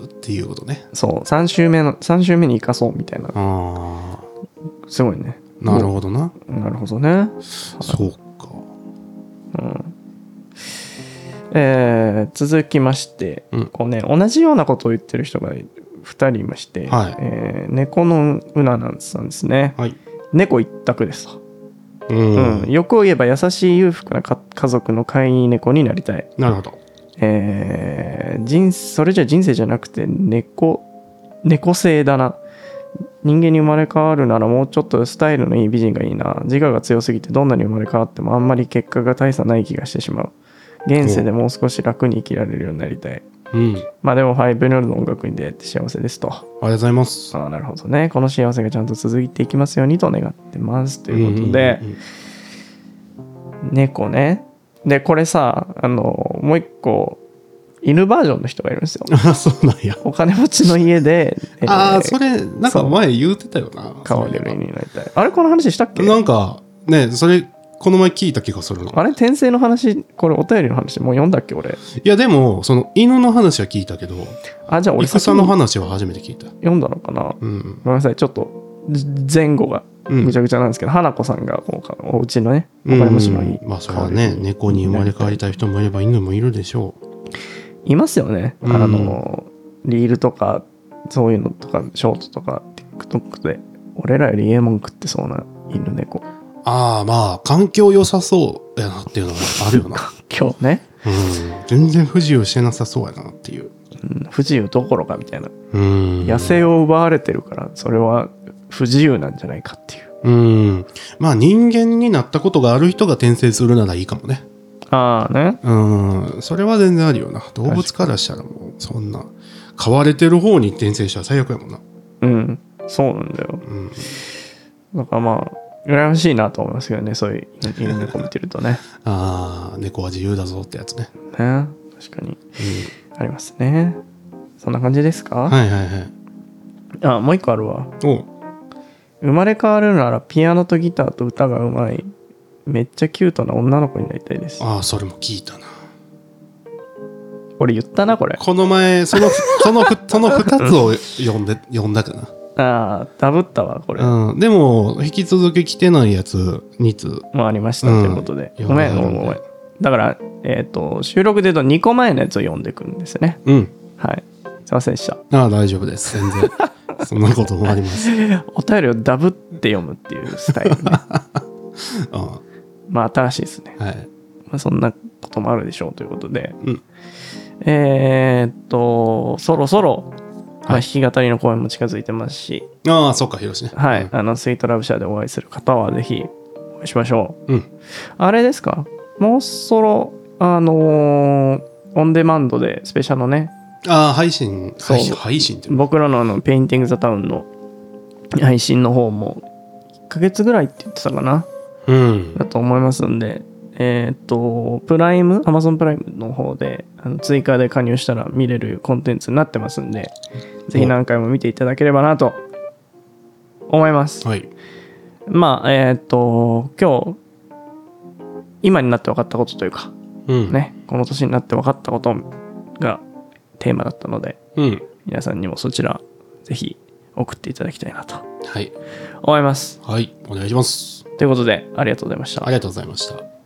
Speaker 2: っていうことね。
Speaker 1: そう、3週目の、三週目に生かそうみたいな。
Speaker 2: ああ、
Speaker 1: すごいね。
Speaker 2: なるほどな。
Speaker 1: なるほどね。
Speaker 2: そうか。
Speaker 1: えー続きまして、
Speaker 2: うん
Speaker 1: こうね、同じようなことを言ってる人が2人いまして、
Speaker 2: はい
Speaker 1: えー猫のうななんさんですね。
Speaker 2: はい。
Speaker 1: 猫一択ですと。
Speaker 2: うん。
Speaker 1: うん、欲を言えば優しい裕福なか家族の飼い猫になりたい。
Speaker 2: なるほど。
Speaker 1: えー人それじゃ人生じゃなくて猫猫性だな人間に生まれ変わるならもうちょっとスタイルのいい美人がいいな自我が強すぎてどんなに生まれ変わってもあんまり結果が大差ない気がしてしまう現世でもう少し楽に生きられるようになりたい
Speaker 2: うん。ありが
Speaker 1: まあでもファイブノルの音楽に出会って幸せですとあ
Speaker 2: とうございます。
Speaker 1: あなるほどねこの幸せがちゃんと続いていきますようにと願ってますということで、
Speaker 2: うんうんうん
Speaker 1: 猫ねでこれさあのもう一個犬バージョンの人がいるんですよ
Speaker 2: あそうなん [laughs] や。
Speaker 1: お金持ちの家で、えー
Speaker 2: ああ、それ、なんか前言うてたよな。
Speaker 1: 飼われる犬になりたいあれこの話したっけ
Speaker 2: なんか、ね、それ、この前聞いた気がするな。
Speaker 1: あれ転生の話これお便りの話もう読んだっけ俺
Speaker 2: いや、でも、その、犬の話は聞いたけど、
Speaker 1: あじゃあ俺
Speaker 2: 戦
Speaker 1: 先
Speaker 2: の
Speaker 1: に
Speaker 2: 話は初めて聞いた。
Speaker 1: 読んだのかな
Speaker 2: うん。
Speaker 1: ごめんなさいちょっとじ前後が
Speaker 2: うん
Speaker 1: ぐちゃぐちゃなんですけど、花子さんがこうかお家のねお
Speaker 2: うん
Speaker 1: 金持ちの家、
Speaker 2: まあ、それはね、猫に生まれ変わりたい人もいれば、犬もいるでしょう。
Speaker 1: いますよね、
Speaker 2: うん
Speaker 1: あのリールとかそういうのとかショートとか TikTok で俺らよりええもん食ってそうな犬猫
Speaker 2: ああ、まあ、環境良さそうやなっていうのがあるよな。
Speaker 1: 今日ね、
Speaker 2: うん。全然不自由してなさそうやなっていう。
Speaker 1: うん不自由どころかみたいな
Speaker 2: うん。
Speaker 1: 野生を奪われてるからそれは不自由なんじゃないかっていう
Speaker 2: うん。まあ、人間になったことがある人が転生するならいいかもね。
Speaker 1: ああね
Speaker 2: うん。それは全然あるよな。動物からしたらもう、そんな、飼われてる方に転生したら最悪やもんな。
Speaker 1: うんそうなんだよ
Speaker 2: うん。
Speaker 1: だからまあ羨ましいなと思いますけどねそういう犬猫見てるとね [laughs]
Speaker 2: ああ、猫は自由だぞってやつね。
Speaker 1: ね確かにありますねそんな感じですか、
Speaker 2: うん。はいはいはい。
Speaker 1: あもう一個あるわ
Speaker 2: おう
Speaker 1: 生まれ変わるならピアノとギターと歌がうまいめっちゃキュートな女の子になりたいです
Speaker 2: ああ、それも聞いたな。
Speaker 1: 俺言ったなこれ
Speaker 2: この前、その、 [laughs] その、その2つを読んで、読んだかな。
Speaker 1: ああダブったわこれ、
Speaker 2: うん、でも引き続き来てないやつ2通
Speaker 1: もありましたと
Speaker 2: うん
Speaker 1: いうことで、
Speaker 2: いや
Speaker 1: ごめん
Speaker 2: な
Speaker 1: ご
Speaker 2: る
Speaker 1: め
Speaker 2: ほ
Speaker 1: ん
Speaker 2: ど
Speaker 1: ごめんだから、えっと収録で言うと2個前のやつを読んでいくんですね
Speaker 2: うん
Speaker 1: はいすいませんでした
Speaker 2: ああ大丈夫です全然 [laughs] そんなこともあります
Speaker 1: お便りをダブって読むっていうス
Speaker 2: [laughs]
Speaker 1: タイルね
Speaker 2: あ
Speaker 1: まあ新しいですね、
Speaker 2: あはい
Speaker 1: まあ、そんなこともあるでしょうということで、
Speaker 2: うん
Speaker 1: えーっとそろそろ、まあ、弾
Speaker 2: はい
Speaker 1: き語りの公演も近づいてますし、
Speaker 2: ああそっか広しね
Speaker 1: はいあのスイートラブシャーでお会いする方はぜひお会いしましょう
Speaker 2: うん
Speaker 1: あれですかもうそろあのーオンデマンドでスペシャルのね
Speaker 2: ああ配信
Speaker 1: そう
Speaker 2: 配信配信って
Speaker 1: 僕らのあのペインティング・ザ・タウンの配信の方も1ヶ月ぐらいって言ってたかな
Speaker 2: うん
Speaker 1: だと思いますんでえーっとプライム Amazon プライムの方であの追加で加入したら見れるコンテンツになってますんでぜひ何回も見ていただければなと思います
Speaker 2: はい
Speaker 1: まあえーっと今日今になって分かったことというか
Speaker 2: うん
Speaker 1: ね、この年になって分かったことがテーマだったので、
Speaker 2: うん
Speaker 1: 皆さんにもそちら、ぜひ送っていただきたいなと
Speaker 2: はい
Speaker 1: 思います。
Speaker 2: はいお願いします
Speaker 1: ということで、ありがとうございました
Speaker 2: あ。りがとうございました